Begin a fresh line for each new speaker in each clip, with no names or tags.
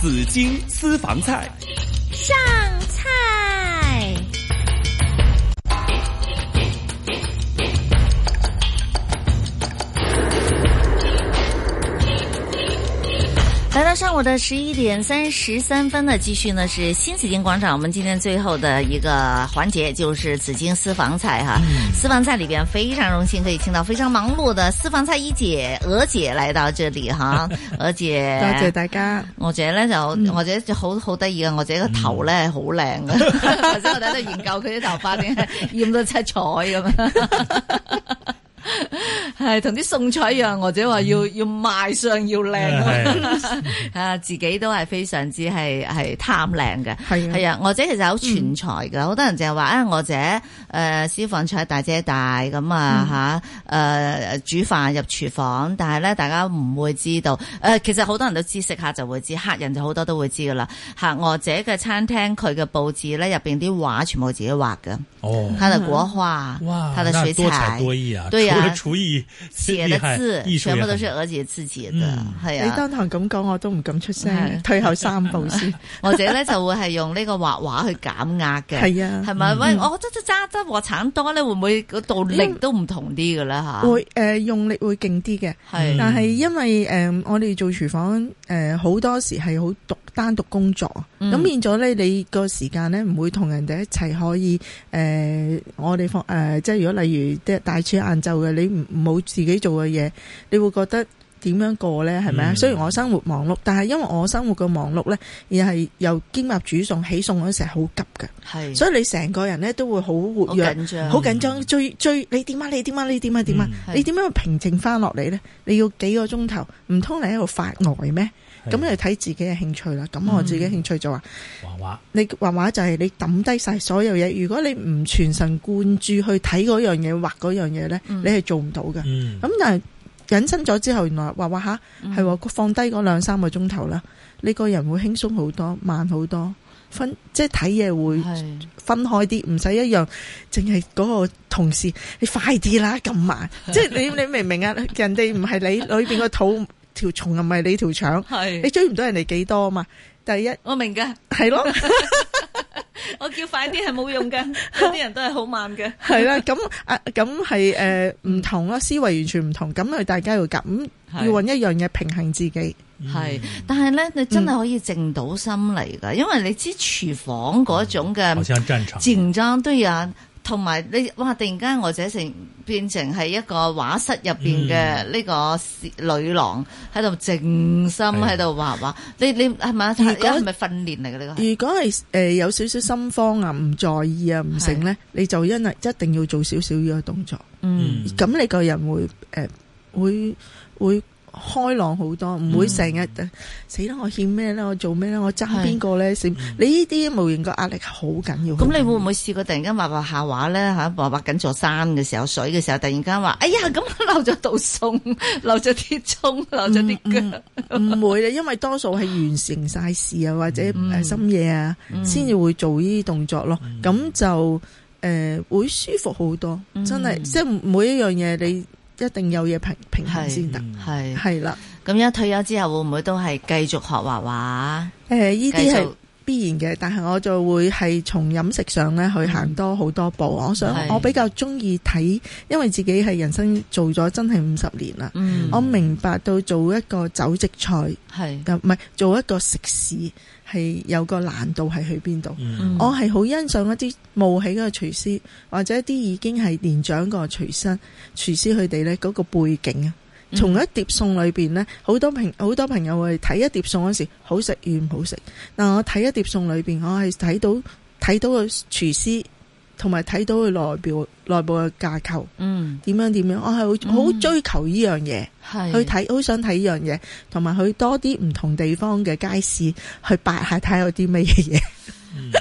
紫荆私房菜。
上菜。来到上午的十一点三十三分呢，继续呢是新紫荆广场。我们今天最后的一个环节就是紫荆私房菜哈，
嗯
私房菜里边非常荣幸可以请到非常忙碌的私房菜一姐娥姐来到这里哈， 娥姐，
多謝大家。
娥姐咧就娥姐就好好得意啊嘅，娥姐個頭咧好啊靚嘅。嗯 頭先我哋喺度研究佢啲頭髮點 解染到七彩咁啊樣。 係同啲餸菜一樣，娥姐話要要賣相要
哎
靚，啊自己都係非常之係係貪靚嘅，
係啊
係啊，娥姐其實好全才
嗯
嘅，好多人淨係話啊，娥姐誒私房菜大姐大咁啊
嗯
嚇誒煮飯入廚房，但係咧大家唔會知道誒，其實好多人都知食下就會知，客人就好多都會知噶啦嚇，娥姐嘅餐廳佢嘅佈置咧入邊啲畫全部自己畫嘅，
哦，
她的國畫，
嗯哇，
她的
那
水
多
彩
才。多艺啊！
对呀
除了厨艺
写
厉
的
害
字
艺术也
全部都
很嗯
是
厉害
娥姐自己的
嗯，
系、
你
啊。
當堂咁講，我都唔敢出
係啊
聲，退後三步先。
或者咧就會係用呢個畫畫去減壓 嘅，
係啊
係咪？喂，我覺得揸揸鑊鏟多咧，會唔會個動力都唔同啲嘅咧吓？
會誒用力會勁啲嘅，
係
但係因為誒我哋做廚房誒好多時係好獨單獨工作，嗯
嗯
咁變咗咧你個時間咧唔會同人哋一齊可以誒我哋放誒即係如果例如即係大處晏晝嘅，你唔冇自己做嘅嘢，你會覺得。點樣過呢？係咪啊？
嗯
雖然我生活忙碌，但係因為我生活嘅忙碌呢，而係又兼夾煮餸、起餸嗰時係好急嘅，
係，
所以你成個人呢都會好活
嗯好
躍，
緊張，
好緊張，追追你點啊？你點啊？你點啊？點啊？
哎
嗯
你點樣平靜翻落嚟呢？你要幾個鐘頭？唔通你喺度發呆咩？咁
係
你就睇自己嘅興趣啦。咁
嗯
我自己興趣就話，
哇哇，
你畫畫就係你抌低晒所有嘢。如果你唔全神貫注去睇嗰樣嘢、畫嗰樣嘢呢，
嗯
你係做唔到嘅。
嗯，
咁但係引申咗之後，原來畫畫下
嗯
係喎，放低嗰兩三個鐘頭啦，你個人會輕鬆好多、慢好多，分即係睇嘢會。
係
分開啲，唔使一樣，淨係嗰個同事，你快啲啦，咁慢，即係你你明唔明啊？人哋唔係你裏邊個肚條蟲又唔係你條腸，你
係，
追唔到人哋幾多嘛？第一
我明㗎，
係咯，
我叫快啲係冇用 㗎，有啲人都係好慢嘅，
係啦，咁啊咁係誒唔同咯，思維完全唔同，咁佢大家要咁
係
要嗯揾一樣嘢平衡自己，
嗯
係，嗯但係咧你真係可以靜到心嚟㗎，因為你知廚房嗰種嘅
嗯
好像战场，
緊張對啊，同埋你哇！突然間我者成變成係一個畫室入邊嘅呢個女郎喺度靜心喺度畫畫，你你係咪啊？
如果
係咪訓練嚟嘅呢個係？
如果係誒、呃有少少心慌啊、唔在意啊、唔成呢，你就因為一定要做少少呢個動作，
嗯
嗯，
咁你個人會誒、呃、會會開朗好多，唔
嗯
會成日呃死啦！我欠咩咧？我做咩咧？我爭邊個咧？死！
嗯
你呢啲無形個壓力好緊要。
咁你會唔會試過突然間畫畫下畫咧嚇？畫畫緊座山嘅時候、水嘅時候，突然間話：哎呀，咁我漏咗道餸， 漏咗啲葱，
嗯
漏咗啲腳。
唔會咧？因為多數係完成晒事啊，或者
嗯
誒深夜啊，先至會做呢啲動作咯。咁就誒會舒服好多，
嗯
真係即係每一樣嘢你一定有嘢平平衡先得。
係
係啦，
咁，一退休之後會唔會都係繼續學畫畫？
誒呢
繼
啲係
續。
必然嘅，但係我就會係從飲食上咧去行多好多步。我想
嗯係
我比較中意睇，因為自己係人生做咗真係五十年啦。
嗯，
我明白到做一個酒席菜，呃
係
又唔係做一個食肆係有個難度係去邊度。
嗯
我係好欣賞一啲冒起嘅廚師，或者一啲已經係年長個廚師，廚師佢哋呢嗰個背景啊。從一碟餸裏邊呢，好多朋好多朋友會睇一碟餸嗰時，好食與唔好食。但我睇一碟餸裏邊，我係睇到睇到個廚師，同埋睇到佢內部內部嘅架構
嗯
點樣點樣，我係好好追求呢樣嘢。
係
去睇，好想睇呢樣嘢，同埋去多啲唔同地方嘅街市去八下睇下有啲咩嘢。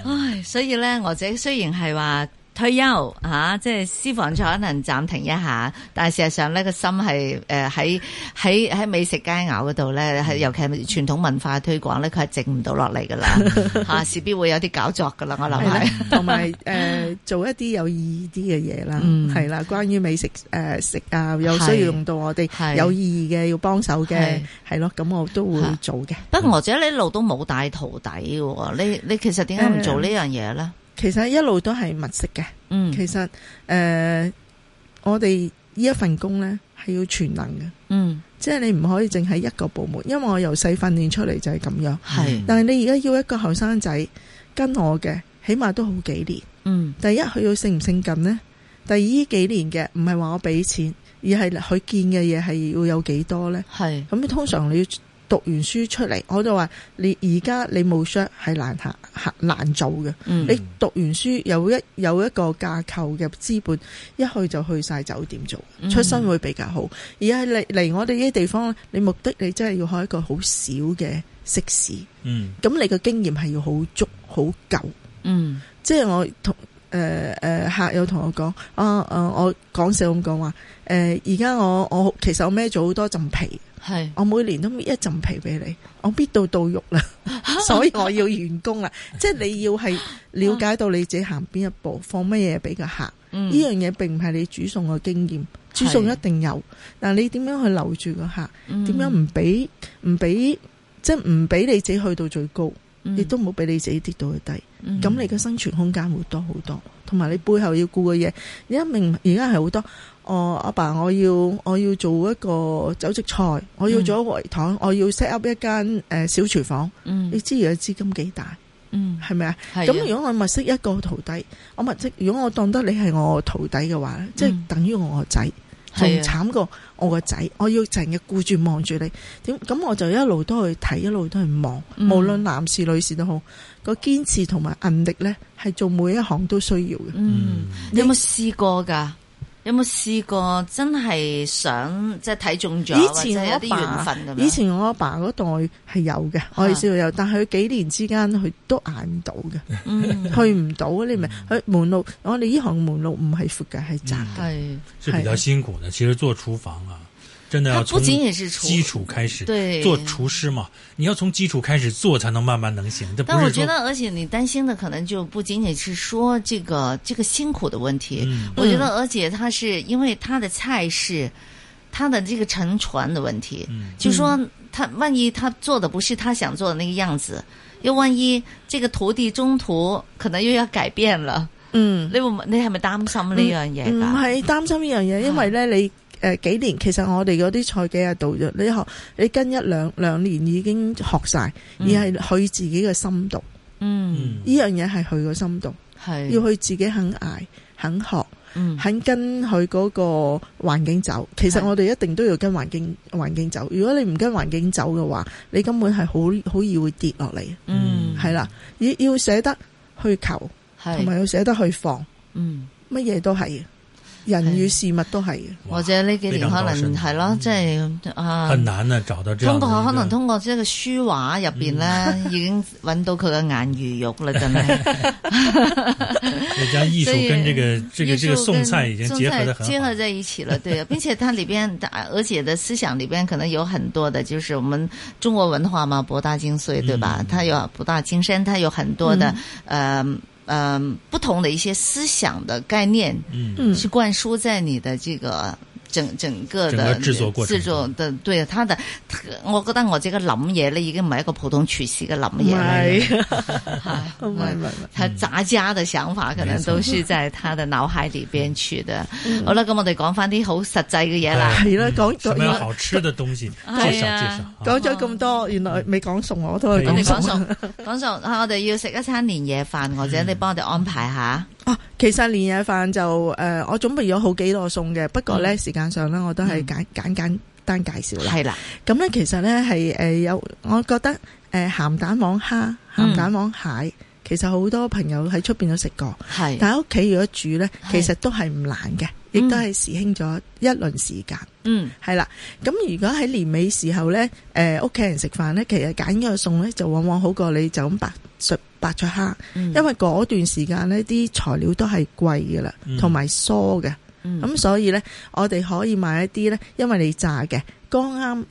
唉，所以咧，我姐雖然係話。退休嚇、啊即係私房菜可能暫停一下，但係事實上咧個心係誒喺喺喺美食佳肴嗰度
嗯
咧，係尤其係傳統文化推廣咧，佢係靜唔到落嚟噶啦 嚇，事必會有啲搞作噶啦，我諗
係啦
啊係。
同埋誒做一啲有意義啲嘅嘢啦，
嗯
係啦，關於美食誒、呃食啊，有需要
係
用到我哋
係
有意義嘅，要幫手嘅
係，
係咯，咁我都會
嚇
做嘅。
不過我覺得你一路都冇帶徒弟嘅喎，你你其實點
嗯
解唔做呢樣嘢咧？
其實一路都係物色嘅，
嗯
其實誒、呃我哋呢一份工呢係要全能嘅，
嗯，
即係你唔可以淨係一個部門，因為我由細訓練出嚟就係咁樣。
係
但係你而家要一個後生仔跟我嘅，起碼都好幾年。
嗯
第一佢要勝唔勝近呢？第二呢幾年嘅唔係話我俾錢，而係佢見嘅嘢係要有幾多呢？
係
咁通常你要讀完書出嚟，我就話你而家你冇 s 係難行行難做嘅。
嗯
你讀完書有一有一個架構嘅資本，一去就去晒酒店做，
嗯
出身會比較好。而係嚟嚟我哋呢啲地方，你目的你真係要開一個好少嘅食肆，
嗯
咁你嘅經驗係要好足好夠。
嗯
即係我同誒誒客有同我講啊誒、我講笑咁講話誒，而、家我我其實我孭咗好多陣皮，
係
我每年都搣一陣皮俾你，我搣到到肉啦，
啊
所以我要完工啦。即係你要係了解到你自己行邊一步，放乜嘢俾個客。呢、
嗯
樣嘢並唔係你煮餸嘅經驗，煮餸
係
一定有，但係你點樣去留住個客？
嗯
點樣唔俾唔俾即係唔俾你自己去到最高，
嗯
亦都冇俾你自己跌到去低。
嗯
咁你嘅生存空間會多好多，同埋你背後要顧嘅嘢，而家明而家係好多。哦，阿爸，我要我要做一個酒席菜，我要做一個圍堂，我要 set up 一間誒、呃小廚房。你
嗯
知而家資金幾大，
嗯
係咪啊？
係
咁
啊
如果我物色一個徒弟，我物色，如果我當得你係我徒弟嘅話咧，
嗯
即係等於我個仔，仲
係啊
慘過我個仔。我要成日顧住望住你，點咁我就一路都去睇，一路都去望，
嗯
無論男士女士都好，個堅持同埋毅力呢，係做每一行都需要嘅。
嗯，你有冇試過㗎？有冇試過真係想即係睇中咗，
以前我
或
阿
者有啲緣
爸
分咁，樣
以前我阿爸嗰代係有嘅，我哋少有，但係佢幾年之間佢都捱唔到嘅，
嗯
去唔到啊你明？佢門路，我哋呢行門路唔係闊嘅，係窄嘅。
係，
是比较辛苦的。其实做厨房啊，真的
它
要
不
从
仅仅是厨
基础开始。
对
做厨师嘛，你要从基础开始做，才能慢慢能行。这不
但我
是
觉
说，
得，而且你担心的可能就不仅仅是说这个这个辛苦的问题，
嗯
我觉得，而且它是因为它的菜式，它的这个沉船的问题，
嗯
就说他万一他做的不是他想做的那个样子，又万一这个徒弟中途可能又要改变了，
嗯。
你會唔你係咪擔心呢樣嘢
唔
㗎？
係擔心呢樣嘢，因為咧你誒、呃、幾年，其實我哋嗰啲菜幾日到咗，你學你跟一兩兩年已經學晒，而
嗯
係佢自己嘅深度，
嗯，
嗯，
呢樣嘢係佢個深度，
係
要佢自己肯捱、肯學、
嗯
肯跟佢嗰個環境走。其實
係
我哋一定都要跟環境環境走，如果你唔跟環境走嘅話，你根本係好好易會跌落嚟，
嗯
係啦，要要捨得去求，同
係
埋要捨得去放，
嗯，
乜嘢都係嘅，人與事物都係嘅。
嗯哇
或者呢幾年可能係咯，即係啊
很。难呢找到这样
通
的一
過
个。
可能通過即係個書畫入邊咧，已經揾到佢嘅眼魚肉啦，真係。
也将艺术
所以
跟这个这个这个
艺术跟
送菜已经
送
结合
菜
的很
结
好
合。在一起了，对，并且它里边，而且的思想里边可能有很多的，就是我们中国文化嘛，博大精深，对吧？
嗯
它有博大精深，它有很多的，嗯呃不同的一些思想的概念，
嗯
嗯
是灌输在你的这个整整个
整个
的
制作过程
制作的对它的，我覺得我自己諗嘢咧，已經唔係一個普通廚師嘅諗嘢嚟嘅，係
唔係唔係唔係。
他杂家嘅想法可能都是在他的腦海裏邊去的。
嗯
好啦，咁我哋講翻啲好實際嘅嘢啦。
係啦，講
哎什么样
講
好吃的东西
哎
介绍
呀
介绍啊？
講咗咁多，原來未講餸，我都係
嗯
我哋
講
講
餸
餸，講餸啊！我哋要食一餐年夜飯，或者你幫我哋安排下。
啊。其實年夜飯就诶，我準備咗好幾個餸嘅，不過咧時間上咧，我都係簡簡簡單介紹啦。
係啦，
咁咧其實咧係诶呃有，我覺得诶鹹蛋黃蝦、
嗯
鹹蛋黃蟹，其實好多朋友喺出边都食過，
係，
但喺屋企如果煮咧，
係
其實都係唔難嘅，亦都係時興咗一輪時間。
嗯
係啦，咁如果喺年尾呃時候呢，誒屋企人食飯呢，其實揀嗰個餸呢，就往往好過你就咁白水白白灼蝦，
嗯
因為嗰段時間呢啲材料都係貴嘅啦
嗯，
同埋疏嘅，咁、
嗯
所以呢，我哋可以買一啲呢，因為你炸嘅，剛啱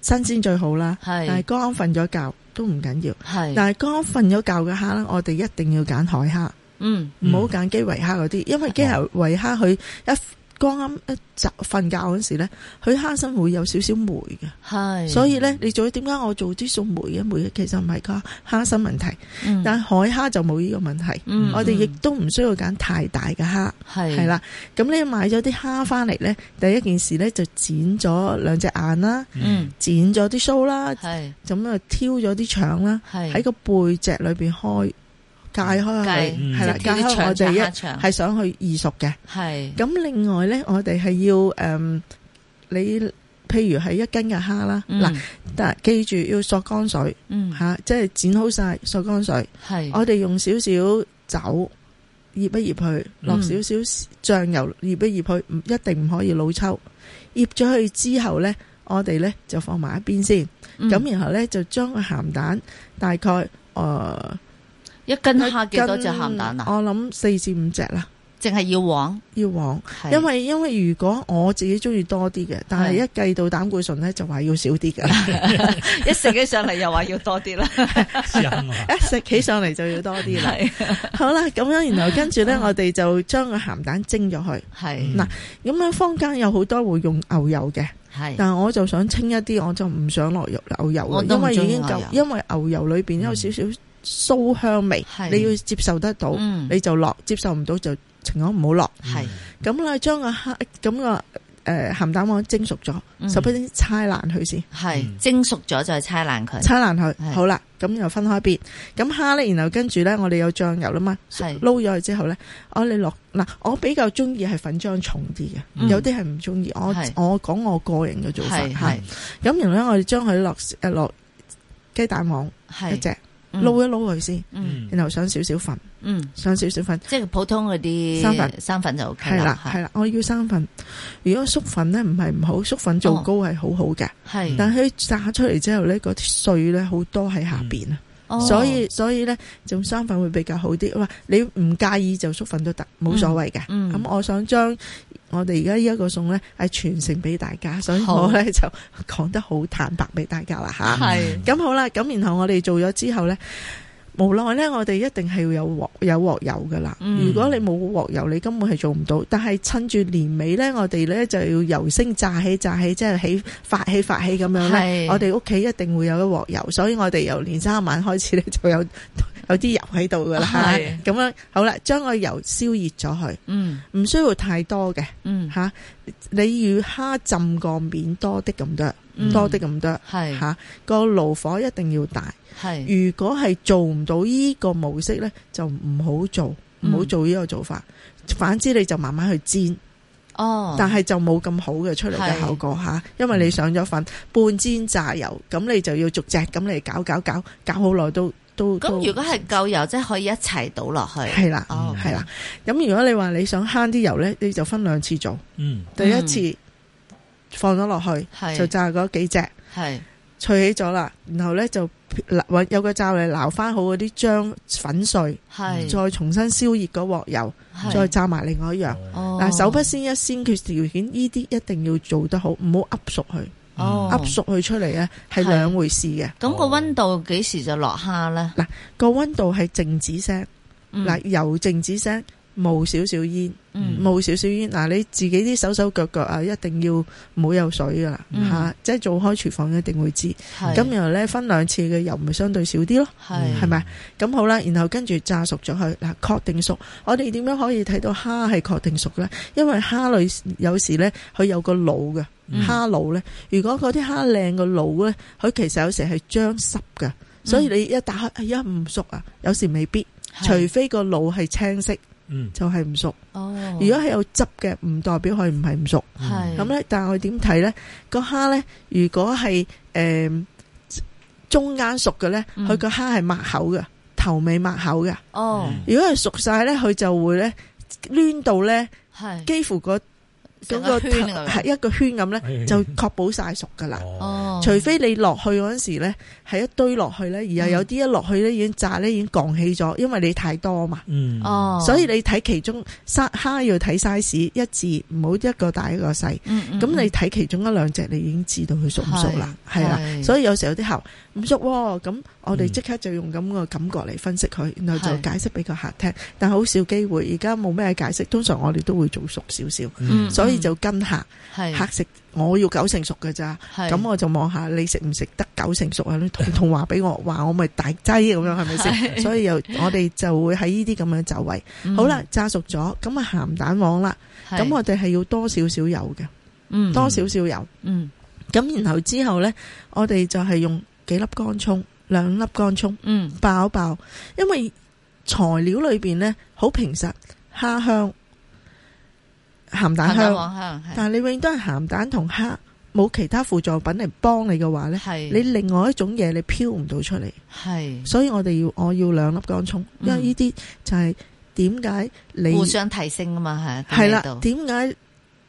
新鮮最好啦，但係
係
剛啱瞓咗覺都唔緊要，
係，
但係剛啱瞓咗覺嘅蝦呢，我哋一定要揀海蝦。
嗯哦
唔好揀基圍蝦嗰啲，因為基圍蝦佢一剛啱一集瞓覺嗰時咧，佢蝦身會有少少霉嘅，
係，
所以咧你做點解我做啲送霉嘅霉？其實唔係個蝦身問題，
嗯
但海蝦就冇呢個問題。
嗯
我哋亦
嗯
都唔需要揀太大嘅蝦，
係
係啦。咁你買咗啲蝦翻嚟咧，第一件事咧就剪咗兩隻眼啦，
嗯
剪咗啲鬚啦，
係
咁啊挑咗啲腸啦，
係
喺個背脊裏邊開界開
界
佢，係啦，
即
界
係啲
開
長
我哋
長
一
下長
係想去易熟嘅。
係
咁另外呢，我哋係要誒、嗯你譬如係一斤嘅蝦啦，嗱、
嗯
但係記住要索乾水
嗯
嚇、即係剪好晒索乾水。
係
我哋用少少酒醃一醃佢，落
嗯
少少醬油醃一醃佢，唔一定唔可以老抽。醃咗佢之後呢，我哋呢就放埋一邊先。
嗯
咁、然後呢，就將個鹹蛋大概誒、呃
一斤蝦幾多
一
隻
斤
鹹蛋啊？
我諗四至五隻啦，
淨係要黃，
要黃。
係
因為因為如果我自己中意多啲嘅，但係一計到膽固醇咧，就話要少啲 噶啦，
一食起上嚟又話要多啲啦，
香啊，
一食起上嚟就要 多啲啦。
係
好啦，咁樣然後跟住 咧，我哋就將個鹹蛋蒸咗佢。
係
嗯
嗱咁樣坊間有好多會用牛油嘅，
係
但係我就想清一啲，我就唔想落油牛油
我
嘅，
都
因
唔
為
中意
已經夠
牛油，
因為牛油裏邊有少少酥香味，
係
你要接受得到，
嗯
你就落；接受唔到就情可唔好落。
嗯
係
咁啦，將個蝦咁個誒鹹蛋黃蒸熟咗，
嗯
十不先搓爛佢先。
係
嗯
蒸熟咗就係猜爛佢，
搓爛佢，
係
好啦，咁又分開邊。咁蝦咧，然後跟住咧，我哋有醬油啦嘛，
係
撈咗佢之後咧，我哋落嗱，我比較中意係粉漿重啲嘅，
嗯
有啲係唔中意。我
係
我講我個人嘅做法
係
嚇
係。
咁然後咧，我哋將佢落誒落雞蛋黃一
係
隻，
嗯
撈一撈佢先，
嗯
然後上少少粉，
嗯，
上少少粉，
即係普通嗰啲
生粉
生粉就 OK
係啦係啦，我要生粉。如果粟粉咧唔係唔好，粟粉做
哦
糕係好好嘅，
係
但係佢炸出嚟之後咧，嗰啲碎咧好多喺下邊啊。
哦
所以所以咧，就生粉會比較好啲。哇，你唔介意就粟粉都得，冇所謂嘅。咁、
嗯
我想將我哋而家呢一個餸咧，係傳承俾大家，所以
好
我咧就講得好坦白俾大家啦吓。
係
咁好啦，咁然後我哋做咗之後咧，無奈咧，我哋一定係要有鑊有鑊油噶啦。
嗯
如果你冇鑊油，你根本係做唔到。但係趁住年尾咧，我哋咧就要油升炸起炸起，即係起發起發起咁樣
係
咧。我哋屋企一定會有一鑊油，所以我哋由年三十晚開始咧就有 有啲油喺度噶啦。
啊係
咁樣好啦，將個油燒熱咗佢，
嗯
唔需要太多嘅
嗯
吓、你要蝦浸個面多啲咁多，
嗯
多啲咁多。
係
吓個爐火一定要大。
係
如果係做唔到呢個模式呢，就唔好做，唔好
嗯
做呢個做法。反之你就慢慢去煎，
哦，嗯
但係就冇咁好嘅出嚟嘅
係
效果吓，因為你上咗粉半煎炸油，咁你就要逐隻咁嚟搞搞搞，搞好耐都都
咁
都
如果係夠油，即係可以一齊倒落去，
係啦
嗯
哦
係啦。咁如果你話你想慳啲油呢，你就分兩次做，
嗯
第一次放咗落去
係
就炸嗰幾隻。
係
脆起咗啦，然後呢就揾有個罩嚟撈翻好嗰啲漿粉碎，
係
再重新燒熱個鑊油，
係
再炸埋另外一樣。
哦
嗱，手不先一先決條件，呢啲一定要做得好，唔好噏熟佢，
哦
噏熟佢出嚟呢係
係
兩回事嘅。
咁個温度幾時就落蝦咧？
個温度係靜止聲，
嗯
嗱油靜止聲，冒少少煙，
嗯
冒少少煙。嗱，你自己啲手手腳腳啊，一定要唔好有水噶啦
嗯
嚇，即係做開廚房一定會知。
係
咁然嗯後呢，分兩次嘅油咪相對少啲咯。
係
係咪？咁好啦，然後跟住炸熟咗佢，嗱，確定熟。我哋點樣可以睇到蝦係確定熟呢？因為蝦類有時呢，佢有個腦嘅
嗯
蝦腦呢。如果嗰啲蝦靚個腦呢，佢其實有時係漿濕嘅，
嗯
所以你一打開，哎呀唔熟啊，有時未必，
係
除非個腦係青色
嗯
就係唔熟。
哦，
如果係有汁嘅，唔代表佢唔係唔熟。
係
咁呢，但係我點睇呢？個蝦呢，如果係誒、中間熟嘅呢，
嗯
佢個蝦係抹口嘅，頭尾抹口嘅。
哦
如果係熟晒呢，佢就會呢，攣到呢，
係
幾乎個
成
嗰
個
個
圈
頭
咁樣
係一個圈咁呢，
嗯
就確保晒熟噶啦。
哦
哦，
除非你落去嗰陣時咧係一堆落去咧，
嗯
而係有啲一落去咧已經炸咧已經降起咗，因為你太多嘛。
嗯，
哦，
所以你睇其中沙蝦要睇 size 一字，唔好一個大一個細。
嗯嗯
咁你睇其中一兩隻，你已經知道佢熟唔熟啦，
係
係啦
係。
所以有時候有啲客唔熟喎，咁我哋
嗯
即刻就用咁嘅感覺嚟分析佢，然後
係
就解釋俾個客聽。但好少機會，而家冇咩解釋，通常我哋都會做熟少少，
嗯
所以就跟客
係
客食，我要九成熟嘅咋，
係
咁我就望下你食唔食得九成熟啊？你 同同話俾我，話我咪大劑咁樣係咪先？所以又我哋就會喺呢啲咁樣走位。
嗯
好啦，炸熟咗，咁啊鹹蛋黃啦，
係
咁我哋係要多少少油嘅，
嗯
多少少油。
嗯
咁然後之後呢，我哋就係用幾粒乾葱，兩粒乾葱
嗯
爆一爆，因為材料裏邊呢，好平實，蝦香、鹹蛋
蛋
香，
黃香係
但係你永遠都係鹹蛋同蝦，冇其他輔助品嚟幫你嘅話呢，
係
你另外一種嘢你飄唔到出嚟，
係
所以我哋要我要兩粒乾葱，因為
嗯
呢啲就係點解你
互相提升啊嘛係
係啦
喺呢，度
點解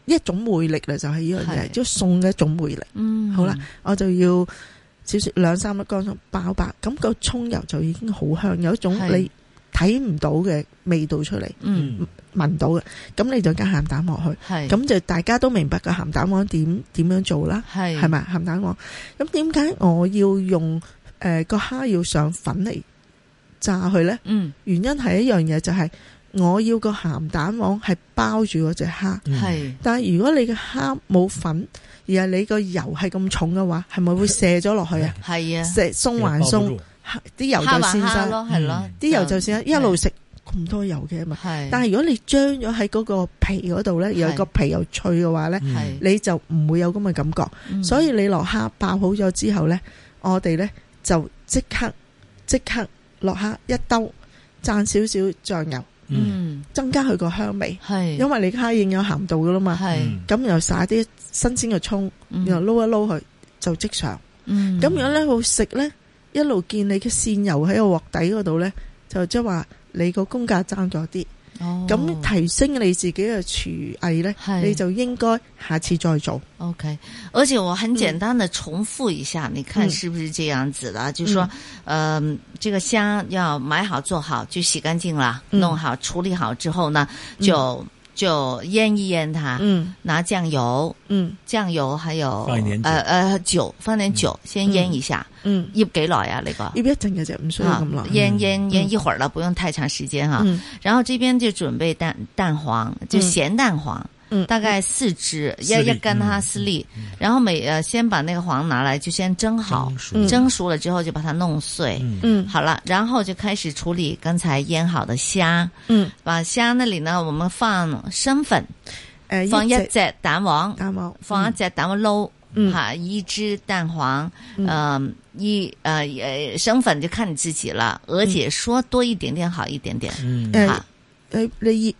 一種魅力咧就係呢樣嘢，
係
即係餸嘅一種魅力。
嗯
好啦，我就要少少兩三粒乾葱爆白，咁、個葱油就已經好香，有一種
係
你睇唔到嘅味道出嚟，
嗯
嗯
聞到嘅，咁你就加鹹蛋落去，
係
咁就大家都明白個鹹蛋黃點點樣做啦，
係
係咪鹹蛋黃？咁點解我要用誒個、蝦要上粉嚟炸佢呢？
嗯
原因係一樣嘢，就係、我要個鹹蛋黃係包住嗰只蝦。
嗯，
係
但係如果你嘅蝦冇粉，而係你個油係咁重嘅話，係 咪會瀉咗落去
哎
啊？
係啊
瀉鬆還鬆，蝦啲油
蝦
就
還
先
蝦
生，
咯係咯
嗯
啲油就先生一路食咁多油嘅嘛。
係
但係如果你將咗喺嗰個皮嗰度呢，有個皮又脆嘅話呢，
係
你就唔會有咁嘅感覺。
嗯
所以你落蝦爆好咗之後呢，我哋呢就即刻即刻落蝦一兜，蘸少少醬油，
嗯
嗯
增加佢個香味，
係
嗯因為你蝦已經有鹹度噶啦嘛。
係
嗯
咁又撒啲新鮮嘅葱，
嗯
然後撈一撈佢就即上。
嗯
咁樣咧，好食咧，一路見你嘅鮮油喺個鑊底嗰度咧，就即係話你個工價爭咗啲。
哦
咁、提升你自己嘅廚藝咧
係，
你就應該下次再做。
OK，而且我很简单的重复一下，你看
嗯
是不是这样子的？就说，嗯、这个虾要买好做好，就洗干净了，
嗯
弄好处理好之后呢，就、就腌一腌它，
嗯
拿酱油、
嗯
酱油还有
放一点酒
呃呃酒，放点酒，先腌一下，
嗯，
腌几耐啊？那个
醃一陣嘅啫，唔需要
啊
咁耐。
腌腌腌
嗯
一会儿了，不用太长时间哈、
嗯
然后这边就准备蛋蛋黄，就
嗯
咸蛋黄，
嗯
大概四只，
四
要
粒
要跟它
嗯
四粒，然后每呃先把那个黄拿来，就先蒸好，
嗯
蒸熟了之后就把它弄碎，
嗯
嗯
好了，然后就开始处理刚才腌好的虾，
嗯
把虾那里呢，我们放生粉，
嗯誒
放一
隻
只蛋黄，
蛋黃，
放一只蛋黄捞。
嗯
哈，一只蛋黄，
嗯
嗯，一呃呃生粉就看你自己了。娥姐说多一点点好一点点，
嗯
嗯
哈，
你你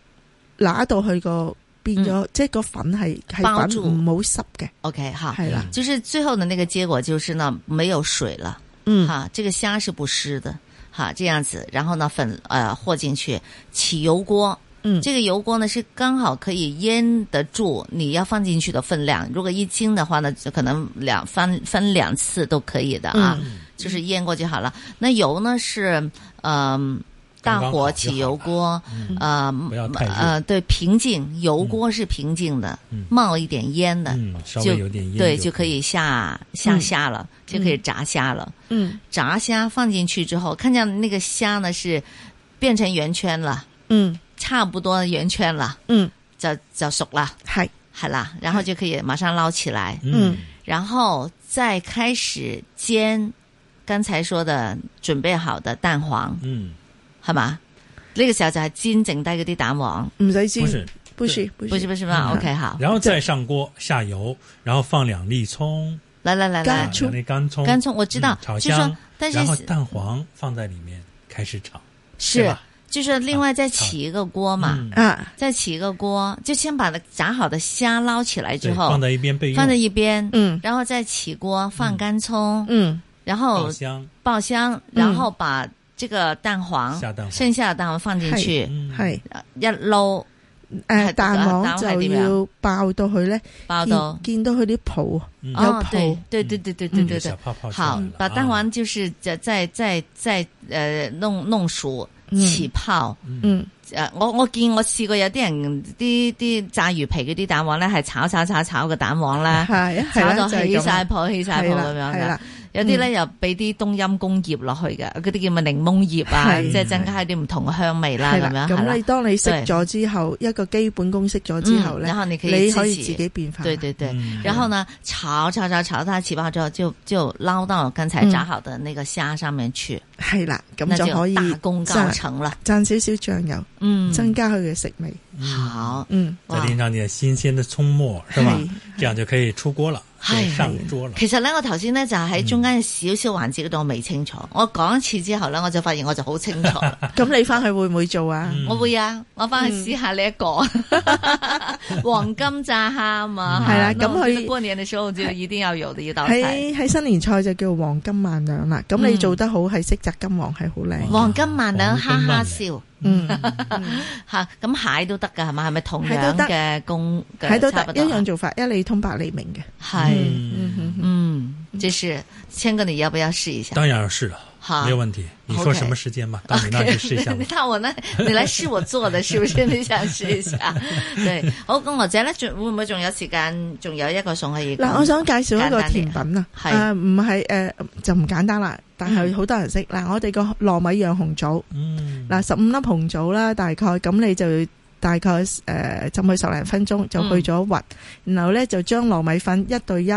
醃揦到佢個變咗，即係個粉係
嗯包
係
住啊
粉，唔好濕嘅，
OK 好，
係啦。
就是最后的那个结果就是呢，没有水了，
嗯
哈，这个虾是不湿的，哈，这样子，然后呢，粉呃和进去，起油锅，
嗯
这个油锅呢是刚好可以腌得住你要放进去的分量，如果一斤的话呢，就可能两翻翻两次都可以的啊，
嗯
就是腌过就好了。那油呢是嗯、
刚
大
刚
火
好就
起
好
油
了
锅，
嗯
呃
不要太热
呃对平静，油锅是平静的，
嗯
冒一点烟的，
嗯，稍微有点腌
对，
就嗯
就可以下下虾了，就可以炸虾了。
嗯
炸虾放进去之后，看见那个虾呢是变成圆圈了，
嗯
差不多圆圈了，
嗯，
就就熟了，
係
好啦，然后就可以马上捞起来，
嗯
然后再开始煎刚才说的准备好的蛋黄，
嗯，
好吗？那个时候就系煎剩低嗰啲蛋黄，
唔使煎
不。是，
不是不
不是
是，
不是嘛、
嗯
o k 好，
然后再上锅下油，然后放两粒葱，
来来来
干
来
啊，
葱
两粒干葱，
干葱我知道
嗯，炒
就说
香，
但是
然后蛋黄放在里面开始炒，对
是
吧
就是另外再起一个锅嘛。
嗯
啊，
再起一个锅，就先把那炸好的虾捞起来之
对，
后
放，在一边备用，
放在一边，
嗯
然后再起锅放干葱，
嗯
然
爆
后
香
爆香，然后把这个蛋黄
下蛋黄
剩下的蛋黄放进去，呃
嗯
係啊
一捞，
诶
係
蛋
蛋
黃
黃係
就
點樣
要爆到佢咧，
报道
見。見到佢啲泡啊，
嗯
有
哦，
泡
对对对对对对
有
对对
嗯小，泡泡出来
好
了，
把蛋
啊
黄就是再再再再呃弄弄熟
嗯
起泡。
嗯，
诶，我我見我試過有啲人啲啲炸魚皮嗰啲蛋黃咧，係炒炒炒炒嘅蛋黃咧，
係啊，係
炒
啦，
到
就係
起
咁
晒
啊，
泡起晒
係
泡
啦，
咁樣
係
嘅
啦。，嗯
有啲咧又俾啲冬陰功葉落去嘅，嗰啲叫咪檸檬葉啊，
係
即係增加啲唔同嘅香味啦，
係
咁樣
啦。
係
咁
啦
你。當你識咗之後，一個基本功識咗之後
嗯
咧
然，後你可以
你可
自
以自
己，
己變化。
對對對。
嗯
然后呢，炒炒炒炒它起泡之後，就就撈到剛才炸好的那個蝦上面去，
係啦，
那
咁
就
就可以
大功告
炸
成了。
蘸少少醬油，
嗯，
增加佢嘅食味。
好
嗯，
哇
再。淋上点新鲜的葱末，是吧？这样就可以出锅了，可以
哎
上桌了。
其實咧，我頭先咧就
嗯
喺中間少少環節嗰度我未清楚，我講一次之後咧，我就發現我就好清楚。
咁你翻去會唔會做啊？
嗯
我會啊，我翻去試下呢一 個黃金炸蝦啊嘛，
嗯
嚇
係啦
那
咁
我覺得
佢
過年嘅時候就一定要有的一道菜。
喺喺新年菜就叫黃金萬兩啦。咁你
嗯哦
做得好係色澤金黃係好靚。
黃金萬兩哈
黃金
哈
萬兩
笑
嗯，
嚇，咁蟹都得㗎係嘛？係咪同
蟹
樣
都得
嘅工嘅
喺度
差
得
不
一
多啊
樣做法，一理通百理明嘅。
係
嗯嗯嗯
嗯，就是千哥，你要不要試一下？
当然是了，
好
没有问题。你说
啊 OK
什么时间嘛？到你那儿去试一下 吧。
到我呢，你来试我做的，是不是？你想试一 下？对，好，咁或者咧，仲會唔會仲有時間？仲有一個餸可以講
嗱，我想介紹一個甜品啊，
簡單
誒唔係誒就唔簡單啦，但係
嗯
好多人識嗱，我哋個糯米釀紅棗
嗯，
嗱，十五粒紅棗啦，大概咁你就大概誒、呃浸佢十零分鐘
嗯
就去咗核，然後咧就將糯米粉一對一，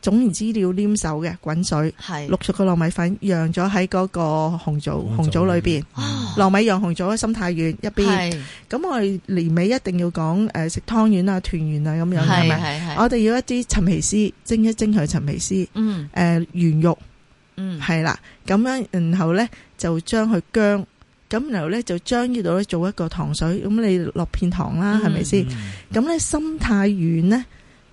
總言之料黏手嘅滾水，
係
淥熟個糯米粉釀咗喺嗰個紅棗紅棗裏邊，
哦
糯米釀紅棗心太軟一邊，
係
咁我哋年尾一定要講誒、呃食湯圓啊、團圓啊咁樣係
係
咪？
係係，
我哋要一啲陳皮絲蒸一蒸佢陳皮絲，誒、呃
嗯
圓肉。
嗯
系啦，咁样然後咧就將佢姜，咁然後咧就將呢度咧做一個糖水，咁你落片糖啦，
嗯
係咪先？
嗯
咁咧心太軟咧，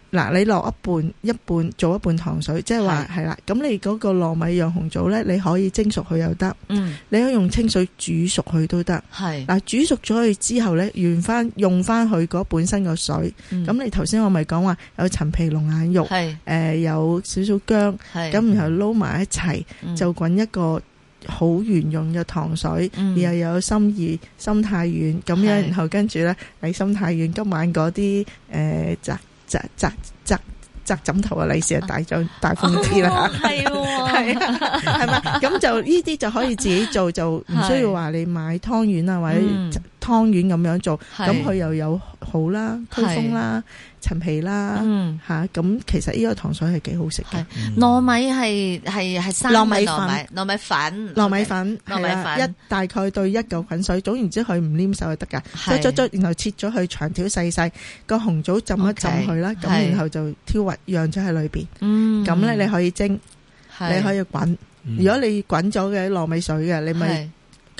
嗱你落一半一半做一半糖水，即係話係啦，咁你嗰個糯米釀紅棗咧，你可以蒸熟佢又得，
嗯
你可以用清水煮熟佢都得。
係，
嗱煮熟咗佢之後咧，用翻用翻佢嗰本身個水，咁、
咁
你頭先我咪講話有陳皮龍眼肉，誒、
嗯係
有少少姜，
係
咁然後撈埋一齊。
嗯
就滾一個好圓潤嘅糖水，
嗯
又有心意、心太軟咁樣，
係
然後跟住呢，你心太軟，今晚嗰啲誒摘摘摘摘摘枕頭啊，利是啊，大張大風啲
哦，
啦
係喎，
係咪？咁就呢啲就可以自己做，就唔需要話你買湯圓啊或者
嗯
湯圓咁樣做，
係
咁佢又有好啦、驅風啦、陳皮啦
嗯
嚇，咁其實呢個糖水係幾好食嘅
係。
嗯
糯米係係係生嘅
糯米粉
糯米糯米粉
糯米粉，
糯
糯
米
米
粉
粉一大概對一嚿滾水，總言之佢唔黏手就得㗎。
係
剁咗咗，然後切咗佢長條細細，個紅棗浸一浸佢啦，
OK，
咁
係
然後就挑核釀咗喺裏邊。
嗯
咁咧你可以蒸，你
係
可以滾。
嗯
如果你滾咗嘅糯米水嘅，你咪
係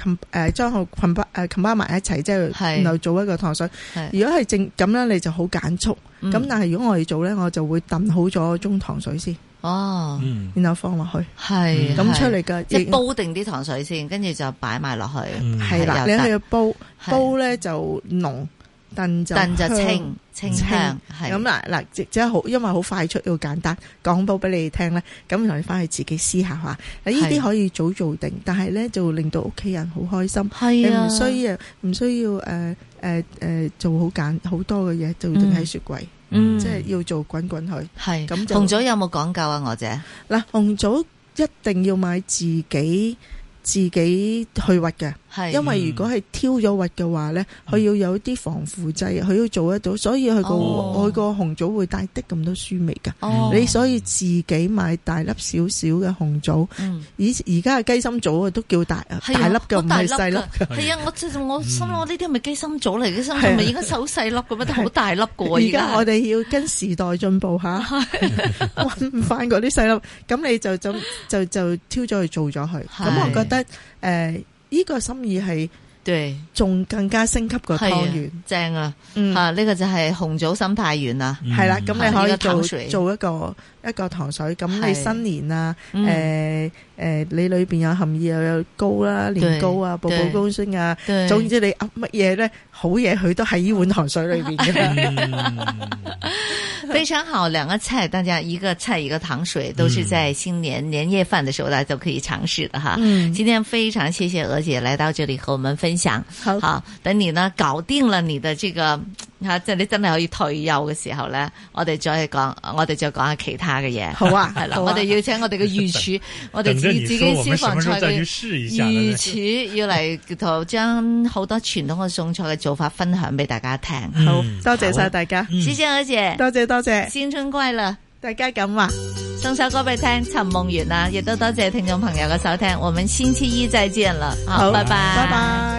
冚誒將佢冚巴誒冚巴埋一齊，即
係
係然後做一個糖水。
係
如果係正咁樣，你就好簡速。
嗯
咁但係如果我哋做咧，我就會燉好咗中糖水先，
哦
嗯
然後放落去，
係
咁出
係
嚟嘅
即係嗯煲定啲糖水先，跟住就擺埋落去，
嗯
係啊啦，
又
你
得
係要煲。
係
煲咧就濃，燉就
燉就
香
清清
清
香，係
咁嗱嗱，即即係好，因為好快速又簡單，講到俾你聽咧，咁然後你翻去自己思考下。嗱，呢
係
啲可以早做定，但係咧就令到屋企人好開心。你
係啊，
唔需要唔需要誒誒誒做好簡好多嘅嘢，就定喺雪櫃，
嗯
即係要做滾滾去。
係
咁就
紅棗有冇講究啊？我姐
嗱，紅棗一定要買自己自己去核嘅。
係嗯
因為如果係挑咗核嘅話咧，佢要有啲防腐劑，佢要做得到，所以佢個
哦
佢個紅棗會帶的咁多酸味㗎。
哦
你所以自己買大粒少少嘅紅棗，
嗯
以而家嘅雞心棗啊都叫大
係啊
大粒
好
嘅，唔
大
係
粒
細粒嗯
㗎。
嗯
係啊，我即係我心諗我呢啲係咪雞心棗嚟嘅？雞心
係
棗
啊
咪應該手細粒嘅咩？但係好大粒嘅
而
喎，
家我
哋
哋要跟時代 進步吓，揾唔翻嗰啲細粒，咁你 就就就就挑咗去做咗佢。
係
咁我覺得誒，呢、個心意係
對，
仲更加升級個
係
湯
啊
圓。，
正啊，
嗯，
吓呢個就係紅棗心太丸啊，
嗯
係啦，咁你可
係呢個
以
糖
做
水
做一個一個糖水。咁
係
你新年啊，
嗯
誒誒，你裏邊有含義又有糕啦、年糕啊、步
對
步高升啊，
對
總之你噏乜嘢咧，好嘢佢都喺呢碗糖水裏邊嘅。
嗯
非常好，两个菜，大家一个菜一个糖水，都是在新年年夜饭的时候，大家都可以尝试的哈。
嗯，
今天非常谢谢娥姐来到这里和我们分享。
好，
好，等你呢搞定了你的這個吓，即係你真係可以退休嘅時候咧，我哋再講，我哋再講下其他嘅嘢。
好啊，
係啦，
好啊
我哋要請我哋嘅御 廚，我哋
等
自
着
己
你说，我们
自己私
什
房
么时候
菜
再
嘅
去试一下呢？
御廚，要嚟就將好多傳統嘅餸菜嘅做法分享俾大家聽。
嗯
好多謝晒大家，
嗯
謝謝娥姐，
多謝多謝，
新春快樂！
大家咁啊話。
送首歌俾你聽《尋啊夢園》啦，亦都多謝聽眾朋友嘅收聽，我們星期一再見啦，
好
拜拜，
拜拜。